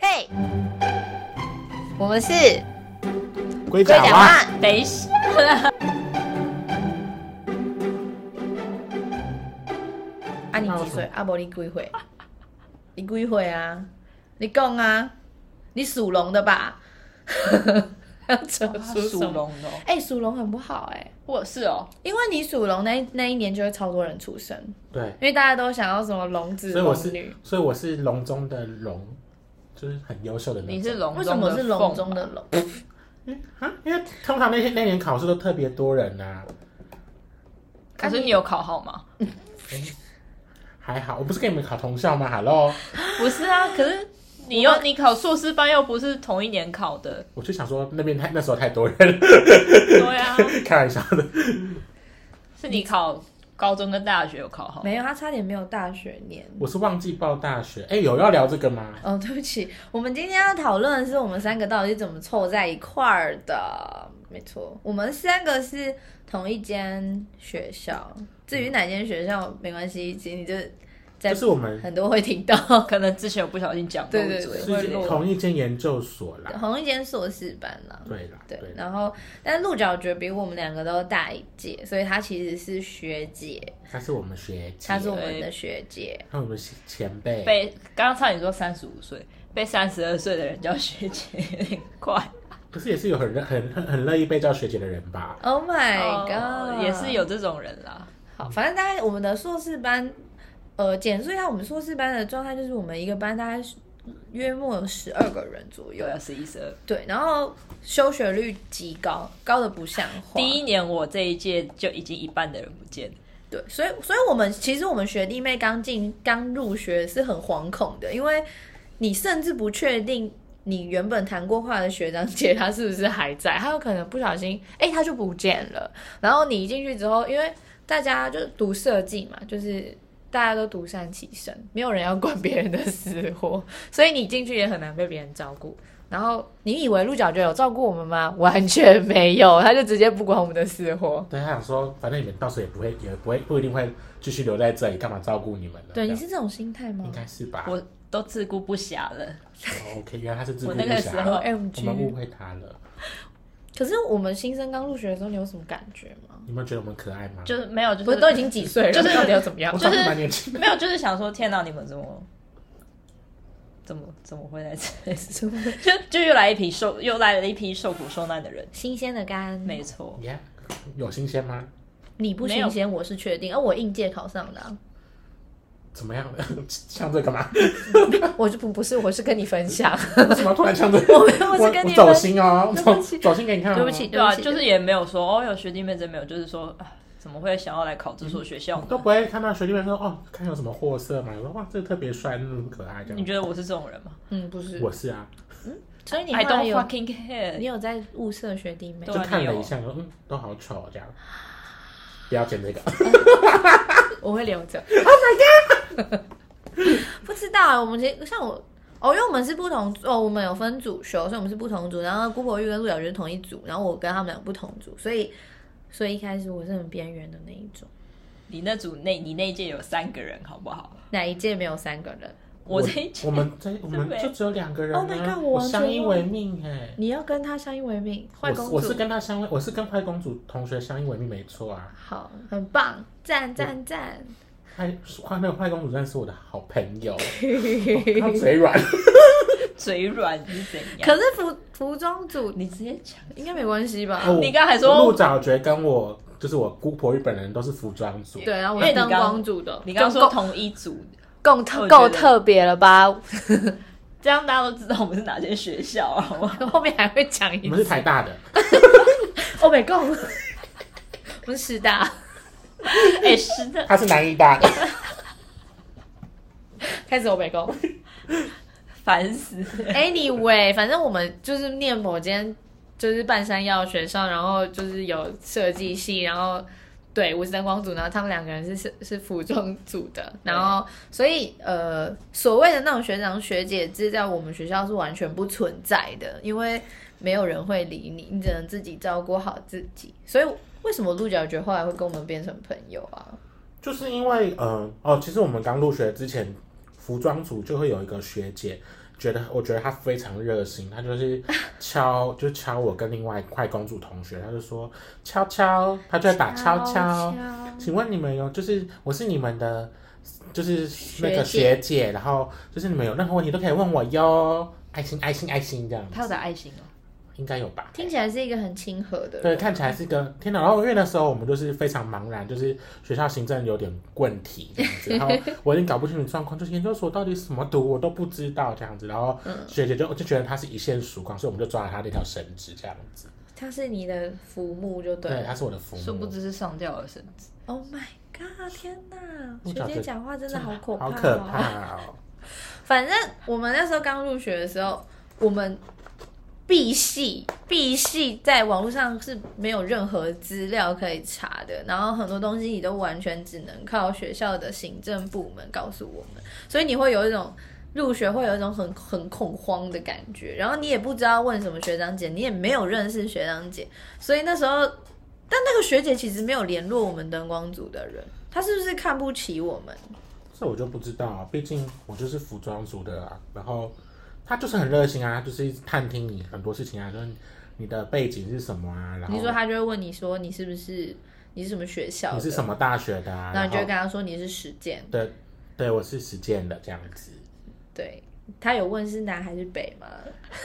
对，我们是龟龟甲甲蛙，蛙。等一下，啊，你几岁？啊，无你几岁？ 你几岁啊？你讲啊！你属龙的吧？ 要扯出属什么？龙的哦，哎、属龙很不好哎、我是哦，因为你属龙那一那一年就会超多人出生，对，因为大家都想要什么龙子所以我龙女是，所以我是龙中的龙，就是很优秀的那种。你是龙为中什的凤么是龙中的龙？啊？因为通常那些那年考试都特别多人呐、啊可是你有考好吗？还好，我不是跟你们考同校吗？Hello，不是啊，可是你又你考硕士班又不是同一年考的，我就想说那边太那时候太多人 了，对啊，开玩笑的。是你考高中跟大学有考好，没有，他差点没有大学念。我是忘记报大学，哎、有要聊这个吗？哦，对不起，我们今天要讨论的是我们三个到底是怎么凑在一块儿的。没错，我们三个是同一间学校，至于哪间学校没关系，其实你就在嗯就是我们很多会听到可能之前有不小心讲漏对对嘴，对是同一间研究所啦，同一间硕士班啦。对啦，对对，啦，然后但鹿角蕨比我们两个都大一届，所以她其实是学姐，她是我们学姐，她是我哎们的学姐。她是我们前辈，被刚刚差点说三十五岁，被三十二岁的人叫学姐，有点快。可是也是有很热很很很乐意被叫学姐的人吧？ Oh my 哦 god，、也是有这种人啦。好，反正大概我们的硕士班，呃，简述一下我们硕士班的状态，就是我们一个班大概是约莫有十二个人左右有，要十一十二。对，然后休学率极高，高的不像话。第一年我这一届就已经一半的人不见了，对，所以所以我们其实我们学弟妹刚进刚入学是很惶恐的，因为你甚至不确定你原本谈过话的学长姐他是不是还在，他有可能不小心哎、他就不见了。然后你一进去之后，因为大家就是读设计嘛，就是。大家都独善其身，没有人要管别人的死活，所以你进去也很难被别人照顾。然后你以为鹿角就有照顾我们吗？完全没有，他就直接不管我们的死活。对，她想说，反正你们到时候也不会，也不会不一定会继续留在这里，干嘛照顾你们呢？对，这你样是这种心态吗应？该是吧？我都自顾不暇了。哦 OK，原来她是自顾我不那个时暇候，哦我们误 OMG！会她了。嗯可是我们新生刚入学的时候，你有什么感觉吗？你们觉得我们可爱吗？就是没有，就不是是都已经几岁了，就是到底要怎么样我？就长是得蛮年 轻的， 没有，就是想说，天哪，你们怎么怎么怎么会在这里？ 就就又来一批受，又来了一批受苦受难的人。 新鲜的肝，没嗯错，耶，有新鲜吗？你不新鲜，我是确定。哦而、我应届考上的啊、怎么样？ 呛这个吗？ 我就不不是，我是跟你分享。为什么突然呛这个？我没有我是跟你分我走心哦，对走不起走心给你看、哦。对不起，对啊，不起就是也没有说哦，有学弟妹真没有，就是说啊，怎么会想要来考这所学校呢？嗯都不会看到学弟妹说哦，看有什么货色嘛？我说哇，这个特别帅，那么可爱这你样。觉得我是这种人吗 嗯，不是。我是啊，所以你后？I 来 don't 有 fucking 你 care。有在物色学弟妹对就啊看你有了一下，说嗯，都好丑哦这样。不要剪这个，我会留着。Oh my god！不知道啊，我们其实像我。哦，因为我们是不同哦，我们有分组修，所以我们是不同组。然后姑婆玉跟陆小就是同一组，然后我跟他们俩不同组，所以所以一开始我是很边缘的那一种。你那组那，你那一届有三个人，好不好？哪一届没有三个人？我这一届我们这我们就只有两个人、啊。 Oh my god，我我完全相依忘了为命哎、你要跟他相依为命，坏我公是主。我是跟他相依，我是跟坏公主同学相依为命，没错啊。好，很棒，赞赞赞！坏坏那个坏公主真的是我的好朋友，她嘴软。嘴软是怎样？ 可是服服装组你直接讲，应该没关系吧？哦你刚才说鹿角蕨跟我就是我姑婆玉本人都是服装组，对，然后我因为是你灯刚光组的，你刚刚就说同一组，够我特觉够得特别了吧？ 这样大家都知道我们是哪间学校啊，好 不好？后面还会讲你一们是台大的， Oh my god！不是师大，哎，是的，他是南医大的，开始 Oh my god。烦死了。 Anyway，反正我们就是念某间就是半山药学校，然后就是有设计系，然后对我是灯光组，然后他们两个人是是 是服装组的，然后所以呃所谓的那种学长学姐制在我们学校是完全不存在的，因为没有人会理你，你只能自己照顾好自己。所以为什么鹿角蕨后来会跟我们变成朋友啊？就是因为嗯、呃哦，其实我们刚入学之前，服装组就会有一个学姐，觉得我觉得他非常热心，他就是敲 就敲我跟另外一块公主同学，他就说敲敲，他就在打敲敲。请问你们有就是我是你们的，就是那个学学姐，然后就是你们有任何问题都可以问我哟，爱心爱心爱心这样他有打爱心哦，应该有吧？听起来是一个很亲和的人。对，看起来是个天哪！然后因为那时候我们就是非常茫然，就是学校行政有点问题这样子，然后 我有点搞不清楚状况，就是研究所到底什么毒我都不知道这样子。然后嗯学姐就就觉得她是一线曙光，所以我们就抓了她那条绳子这样子。他是你的浮木就对对，了。她是我的父殊不母，知是上吊的绳子。 Oh my god！天哪，我学早姐就讲话真的好可怕、好哦，可怕哦！反正我们那时候刚入学的时候，我们必系必系在网络上是没有任何资料可以查的，然后很多东西你都完全只能靠学校的行政部门告诉我们，所以你会有一种。入学会有一种很很恐慌的感觉，然后你也不知道问什么学长姐，你也没有认识学长姐，所以那时候，但那个学姐其实没有联络我们灯光组的人，她是不是看不起我们？这我就不知道啊，毕竟我就是服装组的啊。然后她就是很热心啊，就是探听你很多事情啊，就是你的背景是什么啊，然后你说他就会问你说你是不是你是什么学校的，你是什么大学的啊，然后你就会后跟他说你是实践，对对，我是实践的这样子。对他有问是南还是北吗？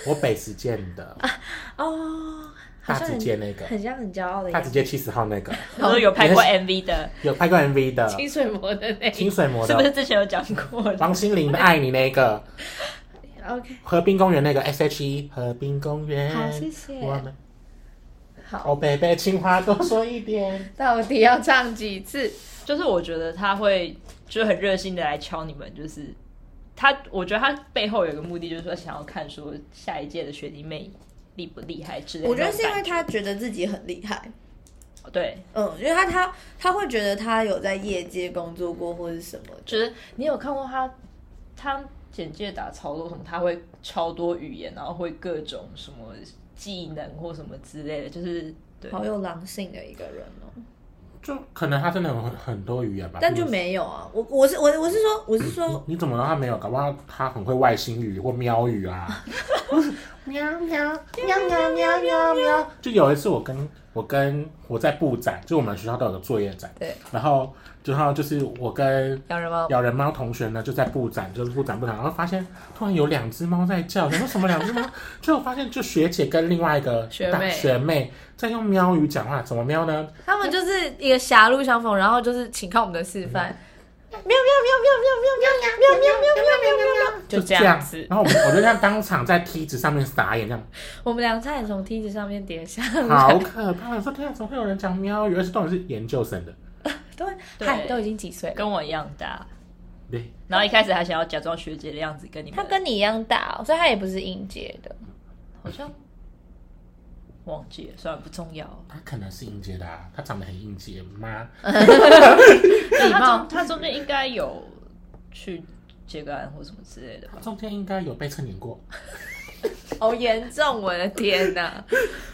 我北实践 的，哦，啊好大像直很街那个，很像很骄傲的大样直子，街七十号那个，他说有拍过 MV 的，有拍过 MV 的，清水模的那一清水模是不是的，之前有讲过的？王心凌的《爱你》那个， OK，河滨公园那个 SHE 河滨公园，好谢谢我们好，哦，北北青花多说 一点，到底要唱几次？ 就是我觉得他会就是很热心的来敲你们，就是他，我觉得他背后有一个目的，就是说想要看说下一届的学弟妹厉不厉害之类的我那种觉得是感。因为他觉得自己很厉害，对，嗯，因为他他他会觉得他有在业界工作过或者什么的，就是你有看过他他简介打操作什么，他会超多语言，然后会各种什么技能或什么之类的，就是对。好有狼性的一个人哦。就可能他真的有很很多语言吧，但就比如没有啊，我我是我我是说我是说你怎么了？他没有，搞不好他很会外星语或喵语啊，喵喵喵喵喵喵喵。就有一次我跟我跟我在布展，就我们学校都有个作业展，对，然后然后就是我跟洋人猫咬人猫同学呢，就在布展，就是布展布展，然后发现突然有两只猫在叫，然后什么两只猫？最后发现就学姐跟另外一个学大妹学妹在用喵语讲话，怎么喵呢？他们就是一个狭路相逢，然后就是请看我们的示范，就这这样样子然后我们我就像当场在梯子上面傻眼，这样我们俩差点从梯子上面跌下好来。可怕！我说天啊，怎么会有人讲喵语？而且重点是研究生的，对，对嗨，都已经几岁了？跟我一样大，对，然后一开始还想要假装学姐的样子跟你们，他跟你一样大、哦，所以他也不是应届的。好像忘记了，算了不重要。他可能是应届的、啊，他长得很应届吗？但他貌中他中间应该有去接个案或什么之类的吧？中间应该有被蹭脸过，好严重，我的天哪，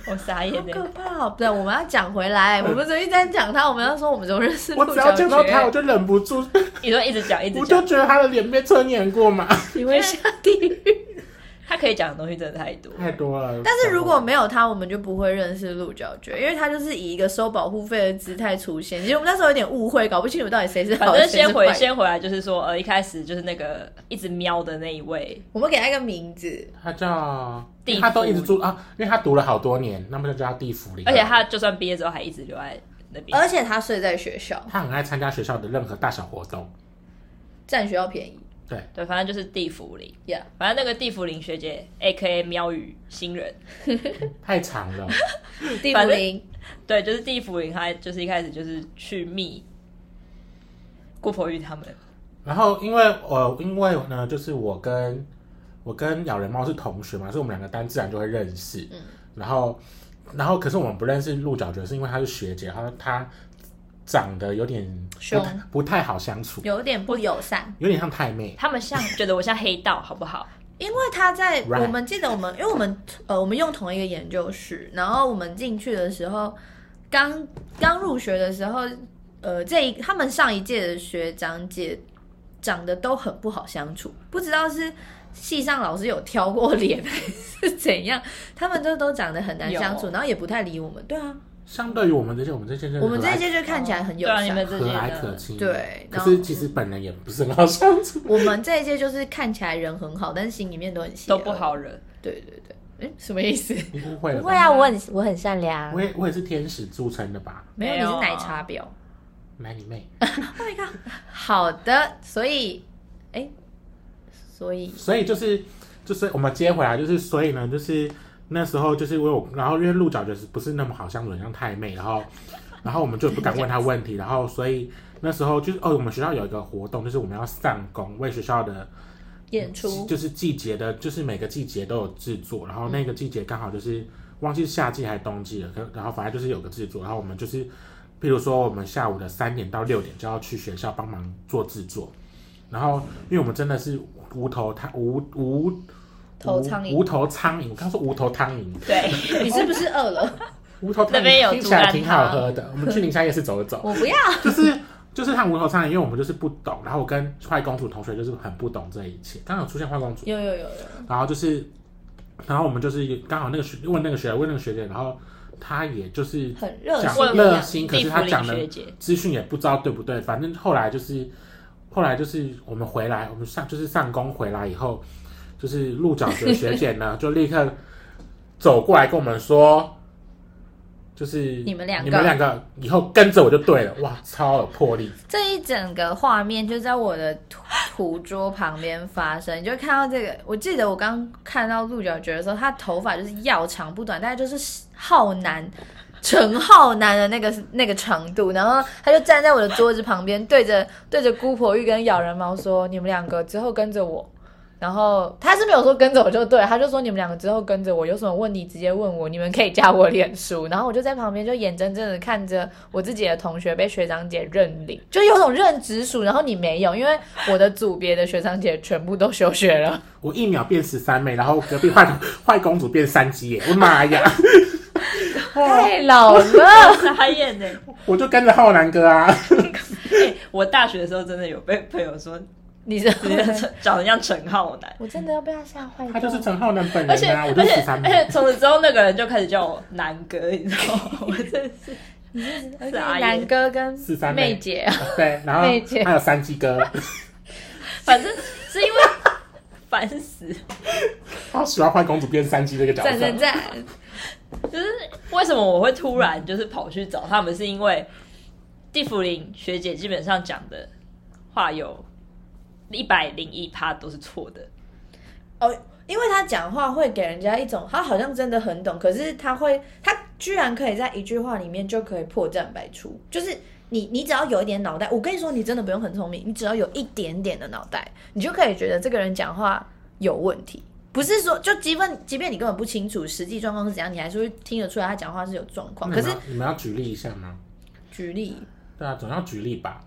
我傻眼欸可的，怕、哦！对，我们要讲回来，我们怎么一直在讲他？我们要说我们怎么认识我陆只小要姐见？到他，我就忍不住，你说一直讲一直我讲就，觉得他的脸被蹭脸过嘛， 你会下地狱。他可以讲的东西真的太多。太多了。但是如果没有他，我们就不会认识陆小姐，因为他就是以一个收保护费的姿态出现。其实我们那时候有点误会，搞不清楚到底谁是反好，正谁是先回坏。先回来，就是说，呃，一开始就是那个一直瞄的那一位，我们给他一个名字，他叫，地因为府他都一直住啊，因为他读了好多年，那么就叫他地府里。而且他就算毕业之后还一直留在那边，而且他睡在学校，他很爱参加学校的任何大小活动，占学校便宜。对，反正就是地府林， Yeah，反正那个地府林学姐，A K A 喵语新人，太长了。地反府正林对，就是地府林，她就是一开始就是去密郭婆玉他们，然后因为呃，因为呢，就是我跟我跟咬人猫是同学嘛，所以我们两个单自然就会认识。嗯，然后然后可是我们不认识鹿角蕨，是因为她是学姐，然后她长得有点不凶太不太好相处，有点不友善，有点像太妹。他们像觉得我像黑道，好不好？因为他在 Right 我们记得我们，因为我们呃我们用同一个研究室，然后我们进去的时候，刚刚入学的时候，呃这一他们上一届的学长姐长得都很不好相处，不知道是系上老师有挑过脸还是怎样， 他们就都长得很难相处，有然后也不太理我们。对啊，相对于我们这些，我们这些真的我们和这蔼些就看起来很友对啊，善，你们这和些蔼可的，亲，对可然是后其实本人也不是很好相处，我们这一届就是看起来人很好，但是心里面都很邪都恶不。好哦人。对对对，哎，什么意思？你误会了不吧。会啊，我很我很善良我。也我也是天使著称的吧？没有，没有你啊是奶茶婊。买你妹！好的，所以，哎，所以所以就是就是我们接回来，就是所以呢，就是那时候就是因为我，然后因为鹿角就是不是那么好相处，很像太妹，然后然后我们就不敢问他问题，然后所以那时候就是哦，我们学校有一个活动，就是我们要上工，为学校的演出就是季节的，就是每个季节都有制作，然后嗯那个季节刚好就是忘记是夏季还是冬季了，可然后反正就是有个制作，然后我们就是，譬如说我们下午的三点到六点就要去学校帮忙做制作，然后因为我们真的是无头苍无无头苍蝇无头苍蝇，我刚说无头苍蝇，对，你是不是饿了？无头苍那边有蝇听起来竹挺篮汤好喝的，我们去宁夏夜市走一 走，我不要。就是就是和无头苍蝇，因为我们就是不懂，然后我跟坏公主同学就是很不懂这一切，刚好出现坏公主。有有有有，然后就是，然后我们就是刚好那个学问那个学问那个学姐，然后她也就是很热讲心问热的心，可地是府她林讲的学姐，资讯也不知道对不对，反正后来就是后来就是我们回来，我们上就是上工回来以后，就是鹿角学学姐呢就立刻走过来跟我们说。就是你们两个你们两个以后跟着我就对了，哇，超有魄力！这一整个画面就在我的图图桌旁边发生，你就看到这个。我记得我刚看到鹿角蕨的时候，他头发就是要长不短，大概就是浩南。陈浩南的那个那个长度，然后他就站在我的桌子旁边，对着对着姑婆玉跟咬人猫说：“你们两个之后跟着我。”然后他是没有说跟着我就对，他就说你们两个之后跟着我，有什么问题直接问我，你们可以加我脸书。然后我就在旁边就眼睁睁的看着我自己的同学被学长姐认领，就有种认直属，然后你没有，因为我的组别的学长姐全部都休学了。我一秒变十三妹，然后隔壁坏坏公主变三鸡耶！我的 妈呀！太老了，傻眼呢。 我就跟着浩南哥啊。哎我大学的时候真的有被朋友说，你知道你吗？长得像陈浩南。 我真的要被他吓坏掉。他就是陈浩南本而且人啊，而我就是且十三而且妹。从此之后，那个人就开始叫我南哥，你知道吗？ 我真的是而且傻眼南哥跟四三妹妹姐啊对，然妹姐后还有三鸡哥，反正是因为烦死，他喜欢坏公主变三鸡这个 角赞赞色。赞，就是为什么我会突然就是跑去找他们，是因为地芙林学姐基本上讲的话有一百零一趴都是错的，哦，因为他讲话会给人家一种他好像真的很懂，可是他会他居然可以在一句话里面就可以破绽百出，就是。你你只要有一点脑袋，我跟你说，你真的不用很聪明，你只要有一点点的脑袋，你就可以觉得这个人讲话有问题。不是说就即便即便你根本不清楚实际状况是怎样，你还是会听得出来他讲话是有状况。那可你是们要你们要举例一下吗？举例，对啊，总要举例吧。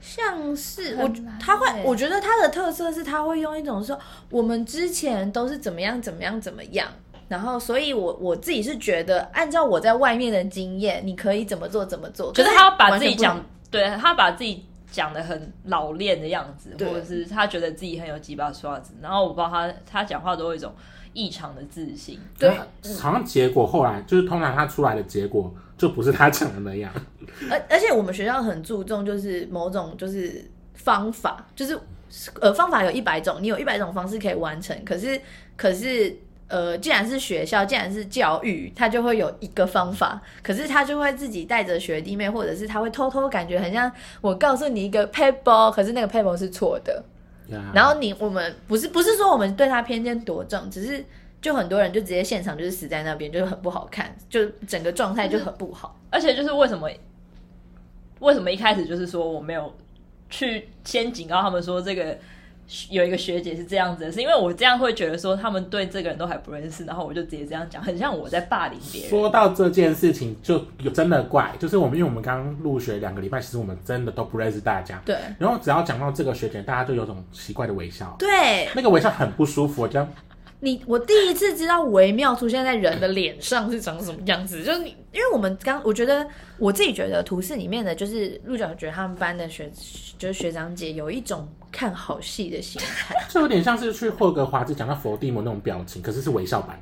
像是很我难，他会欸，我觉得他的特色是他会用一种说，我们之前都是怎么样怎么样怎么样，然后所以我我自己是觉得，按照我在外面的经验，你可以怎么做怎么做，可是他要把自己完全不讲，对他把自己讲的很老练的样子，对或者是他觉得自己很有几把刷子，然后我不知道他他讲话都有一种异常的自信，对然后好像结果后来就是通常他出来的结果就不是他讲的那样。而而且我们学校很注重就是某种就是方法，就是呃方法有一百种，你有一百种方式可以完成。可是可是呃，既然是学校，既然是教育，它就会有一个方法。可是他就会自己带着学弟妹，或者是他会偷偷感觉很像我告诉你一个 paper，可是那个 paper 是错的。呀然后你我们不是不是说我们对他偏见多重，只是就很多人就直接现场就是死在那边，就是很不好看，就整个状态就很不好。而且就是为什么为什么一开始就是说我没有去先警告他们说这个有一个学姐是这样子的，是因为我这样会觉得说他们对这个人都还不认识，然后我就直接这样讲，很像我在霸凌别人。说到这件事情，就有真的怪，就是我们因为我们刚入学两个礼拜，其实我们真的都不认识大家。对然后只要讲到这个学姐，大家就有种奇怪的微笑，对，那个微笑很不舒服，我这样哦你我第一次知道微妙出现在人的脸上是长什么样子，就是你，因为我们刚我觉得我自己觉得图室里面的就是鹿角蕨他们班的学就是学长姐有一种看好戏的心态，这有点像是去霍格华兹讲到伏地魔那种表情，可是是微笑版，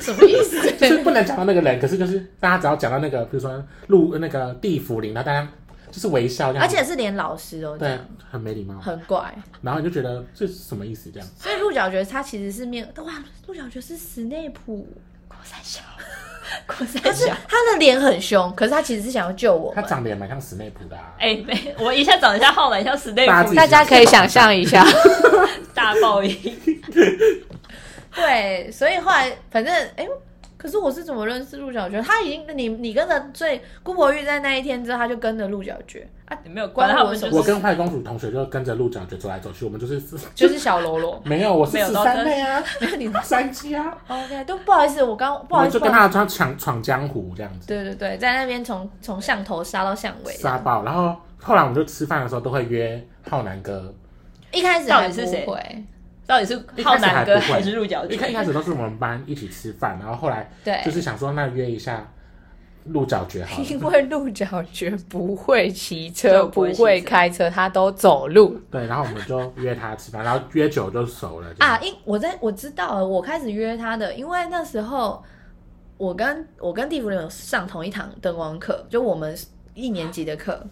什么意 思？就是不能讲到那个人，可是就是大家只要讲到那个，比如说路那个地府林，然后大家就是微笑这样，而且是连老师都这对样，，很没礼貌，很怪。然后你就觉得这是什么意思这样？所以鹿角蕨它其实是面哇，鹿角蕨是史内普，郭三小，郭三但是小，他的脸很凶，可是他其实是想要救我他们。长得也蛮像史内普的、啊，哎、没，我一下长得像浩南，像史内大家普自己大家可以想象一下，大爆音。 对，所以后来反正哎、可是我是怎么认识鹿角蕨？他已经你你跟着，所以姑婆玉在那一天之后，他就跟着鹿角蕨啊，也没有关，他们就我是跟坏公主同学就跟着鹿角蕨走来走去，我们就是。就是小喽啰没有，我是没有十到三这妹啊，没有 你三七啊，哦 OK，都哦不好意思，我刚不我好意们思，就不跟好意思他闯抢闯江湖这样子，对对对，在那边从从巷头杀到巷尾。杀爆。然后后来我们就吃饭的时候都会约浩南哥，一开始到还底是不谁会，到底是浩南一哥开始还不会还是鹿角一蕨？开一开始都是我们班一起吃饭，然后后来哦对，就是想说那约一下鹿角蕨 好了，因为鹿角蕨不会骑车，就不不会骑车会开车，他都走路对，然后我们就约他吃饭，然后约久就熟了这样啊。因我在我知道了，我开始约他的，因为那时候我跟我跟地府人有上同一堂灯光课，就我们一年级的课。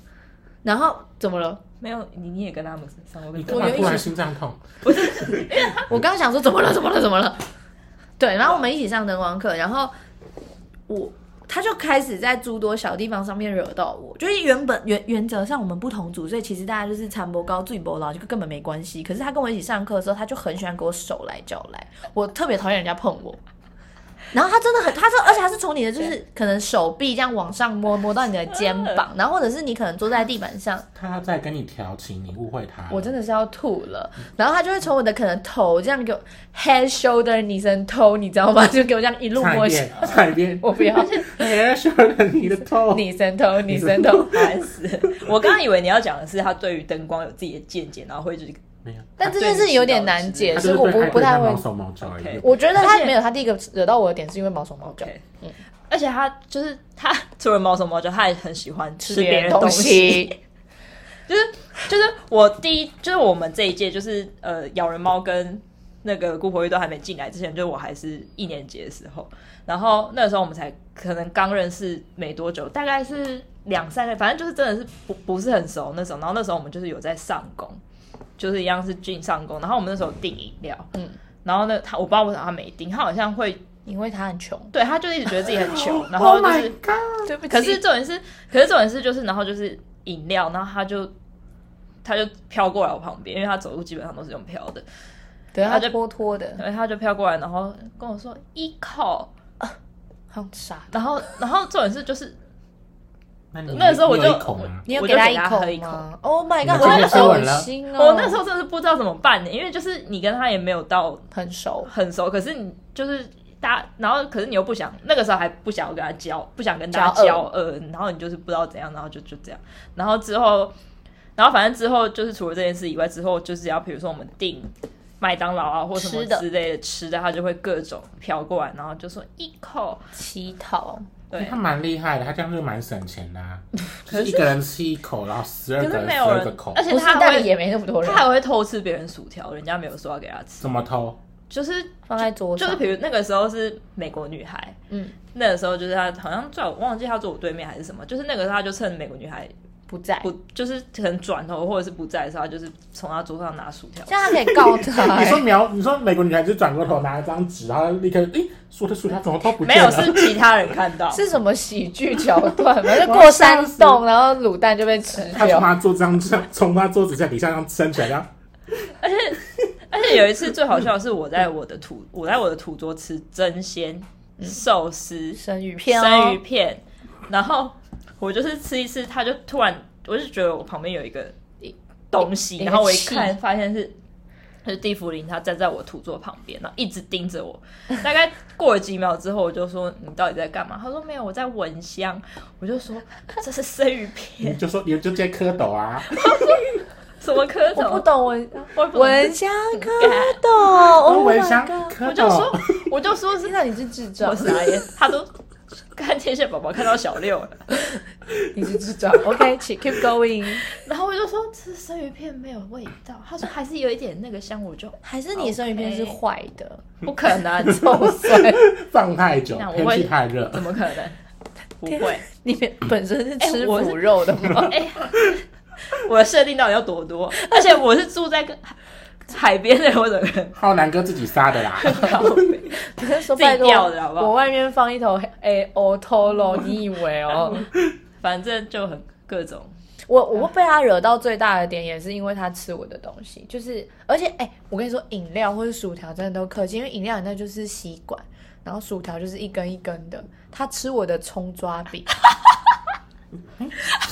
然后怎么了？没有，你你也跟他们上过你那干个。嘛我有一突然起心脏痛？我刚想说怎么了？怎么了？怎么了？对，然后我们一起上灯光课，然后我他就开始在诸多小地方上面惹到我，就是原本原原则上我们不同组，所以其实大家就是缠博高、最博老，就根本没关系。可是他跟我一起上课的时候，他就很喜欢给我手来脚来，我特别讨厌人家碰我。然后他真的很，他说，而且他是从你的就是可能手臂这样往上摸，摸到你的肩膀，然后或者是你可能坐在地板上，他在跟你调情，你误会他了。我真的是要吐了。然后他就会从我的可能头这样给我 head shoulder 你身头，你知道吗？就 给我这样一路踩摸一下，遍，踩 一遍，我不 要哎，说了你的痛，你身头，你身 头。烦死！我刚刚以为你要讲的是他对于灯光有自己的见解，然后会就是没有，但这件事有点难解，他所以就是我对不他不太会毛。手毛脚而已 OK。我觉得而他且没有，他第一个惹到我的点是因为毛手毛脚 OK 嗯而且他就是他除了毛手毛脚，他也很喜欢吃别人东东西。。就是就是我第一就是我们这一届就是呃咬人猫跟那个姑婆玉都还没进来之前，就是我还是一年级的时候，然后那时候我们才可能刚认识没多久，大概是两三个，反正就是真的是不不是很熟那种。然后那时候我们就是有在上工，就是一样是进上工，然后我们那时候订饮料，嗯嗯，然后呢他我不知道为什么他没订，他好像会 因为他很穷，对他就一直觉得自己很穷，然后 Oh 就 my 是。 god！对 不可是重点是，可是重点是就是，然后就是饮料，然后他就他就飘过来我旁边，因为他走路基本上都是用飘的，对他他就拖拖的，然后他就飘过来，然后跟我说一口，很傻。然后然后重点是就是那你那时候我你就有一口吗？你有我给就他给他喝口一口吗？Oh my 你 god，今天吃好完恶了心哦！我那时候真的是不知道怎么办呢，因为就是你跟他也没有到很熟，很熟，可是你就是。大，然后可是你又不想，那个时候还不想要跟他交，不想跟大家交交恶，然后你就是不知道怎样，然后就就这样，然后之后，然后反正之后就是除了这件事以外，之后就是要比如说我们订麦当劳啊或什么吃的之类的吃的，他就会各种飘过来，然后就说一口，乞讨。对他，蛮厉害的，他这样就蛮省钱的、 啊，就是一个人吃一口，然后十二可个是人没十有二个人 口，而，且不是，他但还会也没那么多人他。还会偷吃别人薯条，人家没有说要给他吃，怎么偷？就是放在桌就上，是比如那个时候是美国女孩，嗯，那个时候就是她好像在我忘记她坐我对面还是什么，就是那个时候她就趁美国女孩不在，不就是可能转头或者是不在的时候，她就是从她桌上拿薯条这。样他可以告他、 你说欸。苗，你说美国女孩子转过头拿一张纸，然后立刻，诶，说的薯条怎么都不没见有，了？是其他人看到，是什么喜剧桥段 吗？就过山洞，然后卤蛋就被吃他从掉。他桌子上 这样，从他桌子下底下这样伸起来，然后而且有一次最好笑的是，我在我的土，我在我的土桌吃蒸鲜嗯寿司、生鱼片、生鱼哦，片，然后我就是吃一吃，他就突然，我就觉得我旁边有一个东西，一个然后我一器看发现是。就是地福林，他站在我土桌旁边，然后一直盯着我。大概过了几秒之后，我就说：“你到底在干嘛？”他说：“没有，我在闻香。”我就说：“这是生鱼你片，就说，你就直接蝌蚪啊，什么蝌哦我不蚪？懂文我也不懂文香蝌蚪，然后 Oh 蚊 my 香 god！看我就到说，我就说是天哪，你是智障我，傻眼，他都看天线宝宝看到小六了，你是智 障。OK，请 keep going。然后我就说这生鱼片没有味道，他说还是有一点那个香，我就还是你生鱼片是坏的，不可 能，臭水。放太久那，我天会气太热，怎么可能？不会，你本身是吃哎我是腐肉的吗？哎、我的设定到底要多多？而且我是住在跟海边的，我怎么可能浩南哥自己杀的 啦。靠北？ 你是说自己拜托掉的好不好我外面放一头 A O t o l o 你以为哦？反正就很各种，我我被他惹到最大的点也是因为他吃我的东西，就是而且哎、我跟你说，饮料或者薯条真的都客气，因为饮料那就是吸管，然后薯条就是一根一根的。他吃我的葱抓饼，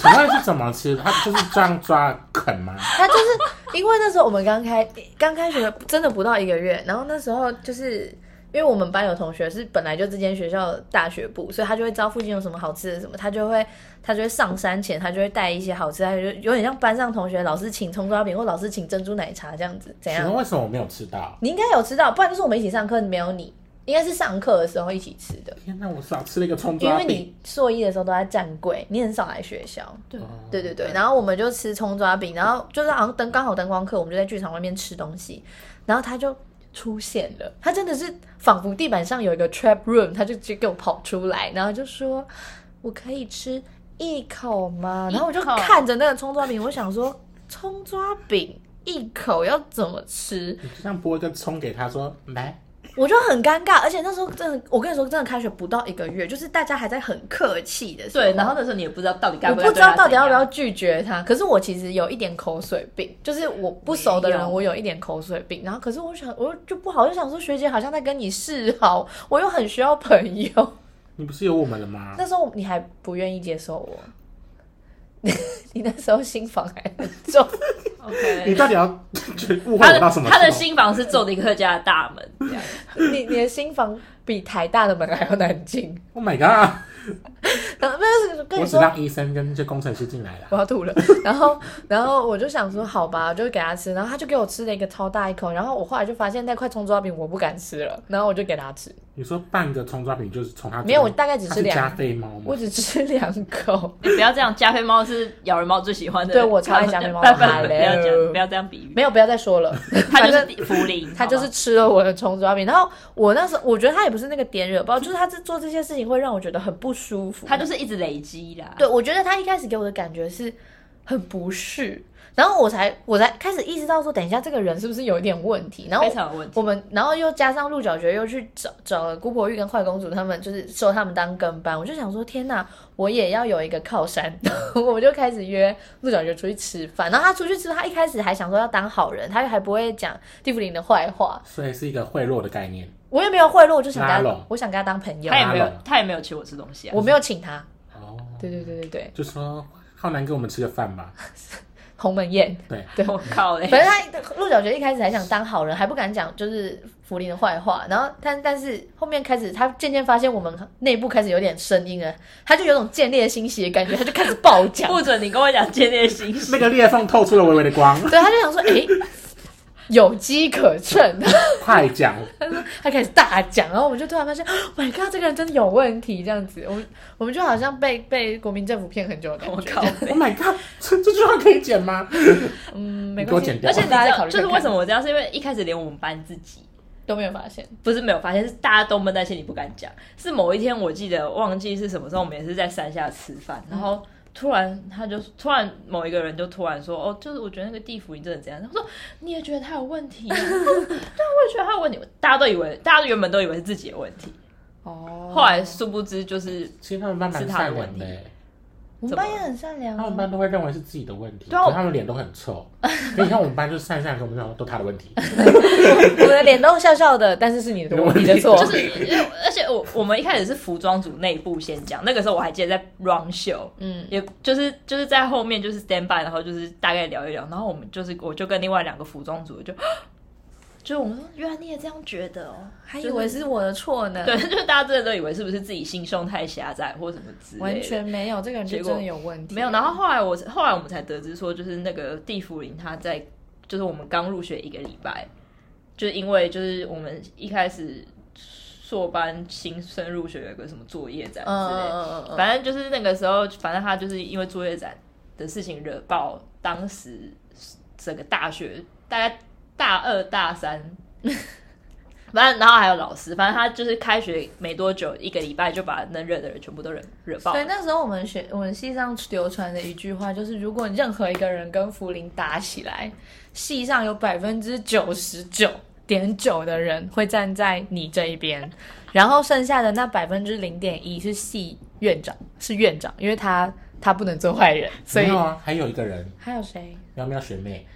请问是怎么吃？他就是这样抓啃 吗？他就是因为那时候我们刚开刚开学真的不到一个月，然后那时候就是因为我们班有同学是本来就这间学校的大学部，所以他就会知道附近有什么好吃的什么，他就会他就会上山前他就会带一些好吃的，他就有点像班上同学老师请葱抓饼或老师请珍珠奶茶这样子，怎请样问？为什么我没有吃到？你应该有吃到，不然就是我们一起上课没有你，应该是上课的时候一起吃的，天哪，我少吃了一个葱因啊抓为饼。你硕一的时候都在站柜，你很少来学校。对哦对对对，然后我们就吃葱抓饼，然后就是好像灯刚好灯光课，我们就在剧场外面吃东西，然后他就出现了，他真的是仿佛地板上有一个 trap room，他就直接给我跑出来，然后就说我可以吃一口吗？然后我就一口看着那个葱抓饼，我想说葱抓饼一口要怎么吃？你就像剥一个葱给他说来，我就很尴尬，而且那时候真的，我跟你说，真的开学不到一个月，就是大家还在很客气的时 候，对，然后那时候你也不知道到底该我不该，不知道到底要不要，拒绝他。可是我其实有一点口水病，就是我不熟的没人，有我有一点口水病。然后可是我想，我就不好，就想说学姐好像在跟你示好，我又很需要朋友。 你不是有我们了吗？那时候你还不愿意接受我。 你那时候心房还很重，你 OK，到 底要就是误会他我到什的么？他的，新房是揍的一个客家的大门，这样你你的心房比台大的门还要难进。 Oh my god！然后那是跟你我只说，让医生跟这工程师进来了。我要吐了。然后，然后我就想说，好吧，我就给他吃。然后他就给我吃了一个超大一口。然后我后来就发现那块葱抓饼我不敢吃了，然后我就给他吃，你说半个葱抓饼就是从他没有我大概只他吃是两加菲猫吗？我只吃两口。你不要这样。加菲猫是咬人猫最喜 欢的，对我超爱加菲猫 不要不要不要 Hello 这样，不要这样比喻，没有，不要再说了。 他就是福林，他就是吃了我的葱抓饼。然后我那时候我觉得他也不是那个点惹爆，就是他这做这些事情会让我觉得很不舒服。他就是一直累积啦，对，我觉得他一开始给我的感觉是很不适，然后我才我才开始意识到说，等一下这个人是不是有一点问题。然后非常有问题。我们然后又加上鹿角蕨，又去找找了姑婆玉跟坏公主他们，就是收他们当跟班。我就想说，天哪，我也要有一个靠山。我就开始约鹿角蕨出去吃饭。然后他出去吃，他一开始还想说要当好人，他还不会讲地府林的坏话。所以是一个贿赂的概念。我也没有贿赂，我就想拉跟他拢，我想跟他当朋友他。也拉没有拢，他也没有请我吃东西啊我。没有请他。哦，对对对对对，就说浩南跟我们吃个饭吧。 鸿门宴。对，对我靠嘞！反正他鹿角蕨一开始还想当好人，还不敢讲就是福林的坏话，然后但但是后面开始，他渐渐发现我们内部开始有点声音了，他就有种见猎心喜的感觉，他就开始爆讲，不准你跟我讲建立心那个裂缝透出了微微的光， 对，他就想说，诶，有机可乘，快讲！他开始大讲，然后我们就突然发现，Oh my god，这个人真的有问题，这样子，我们我们就好像被被国民政府骗很久的感我觉， 靠，Oh my god！这这句话可以剪吗？嗯，没你给我关系剪，掉而且你大知家再考道，虑就是看为看什么我这样，是因为一开始连我们班自己都没有发现，不是没有发现，是大家都闷在心里不敢讲。是某一天，我记得忘记是什么时候，我们也是在山下吃饭，然后突然他就突然某一个人就突然说：“哦，就是我觉得那个地府你真的这样。”他说：“你也觉得他有问题？”对，我也觉得他有问题。大家都以为，大家原本都以为是自己的问题， 哦后来殊不知就是其实他们班蛮善良的欸，我们班也很善良他啊们，班都会认为是自己的问题，对啊可是他们脸都很 臭。所以你看我们班就善善跟我们讲都他的问题，我的脸都笑笑的，但是是你的问题的错，就是，而且我我们一开始是服装组内部先讲，那个时候我还记得在 run show，嗯，也就是就是在后面就是 stand by，然后就是大概聊一聊，然后我们就是我就跟另外两个服装组就， 就我们说原来你也这样觉得哦，还就是以为是我的错呢，对， 就是大家真的都以为是不是自己心胸太狭窄或什么之类的，完全没有，这个人就结果真的有问题，没有。然后后来我后来我们才得知说，就是那个地福林他在就是我们刚入学一个礼拜。就因为就是我们一开始硕班新生入学有一个什么作业展之类嗯的，嗯嗯嗯，反正就是那个时候，反正他就是因为作业展的事情惹爆当时整个大学，大概大二 大三，反正然后还有老师，反正他就是开学没多久，一个礼拜就把能惹的人全部都惹惹爆所。以那时候我们学我们系上流传的一句话就是，如果任何一个人跟福林打起来，系上有百分之九十九点九的人会站在你这一边，然后剩下的那百分之零点一是系院长，是院长，因为他他不能做坏人，所以没有啊，还有一个人还有谁？喵喵学妹，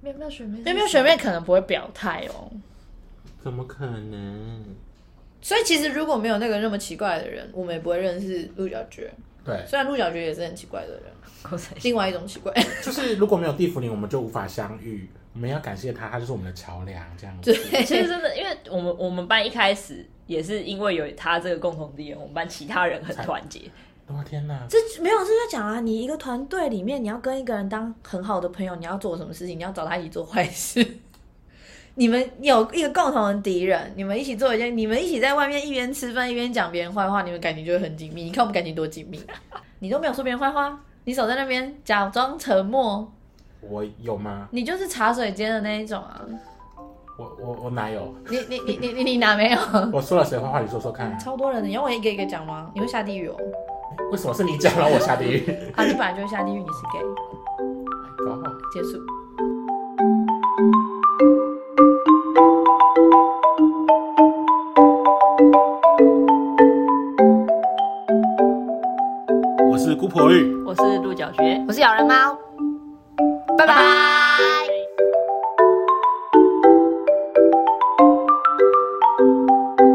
妙妙学妹有没有学妹可啊能不会表态哦？怎么可能？所以其实如果没有那个那么奇怪的人，我们也不会认识鹿角蕨。对，虽然鹿角蕨也是很奇怪的 人，口才另外一种奇 怪。就是如果没有地府灵，我们就无法相遇。我们要感谢他，他就是我们的桥梁，这样子。对， 其实真的，因为我们我们班一开始也是因为有他这个共同敌人，我们班其他人很团结。哇天哪！这没有，这就讲啊，你一个团队里面，你要跟一个人当很好的朋友，你要做什么事情，你要找他一起做坏事。 你们有一个共同的敌人，你们一起做一件，你们一起在外面一边吃饭一边讲别人坏话，你们感情就会很紧密。你看我们感情多紧密，你都没有说别人坏话，你守在那边假装沉默，我有吗？你就是茶水间的那一种啊。我我我哪有？你你你你你你哪没有？我说了谁坏话？你说说看。超多人的，你要我一个一个讲吗？你会下地狱哦！为什么是你讲了我下地狱？ 哎啊，你本来就会下地狱，你是 gay。搞好结束。我是姑婆玉。我是鹿角蕨。我是咬人猫，拜拜。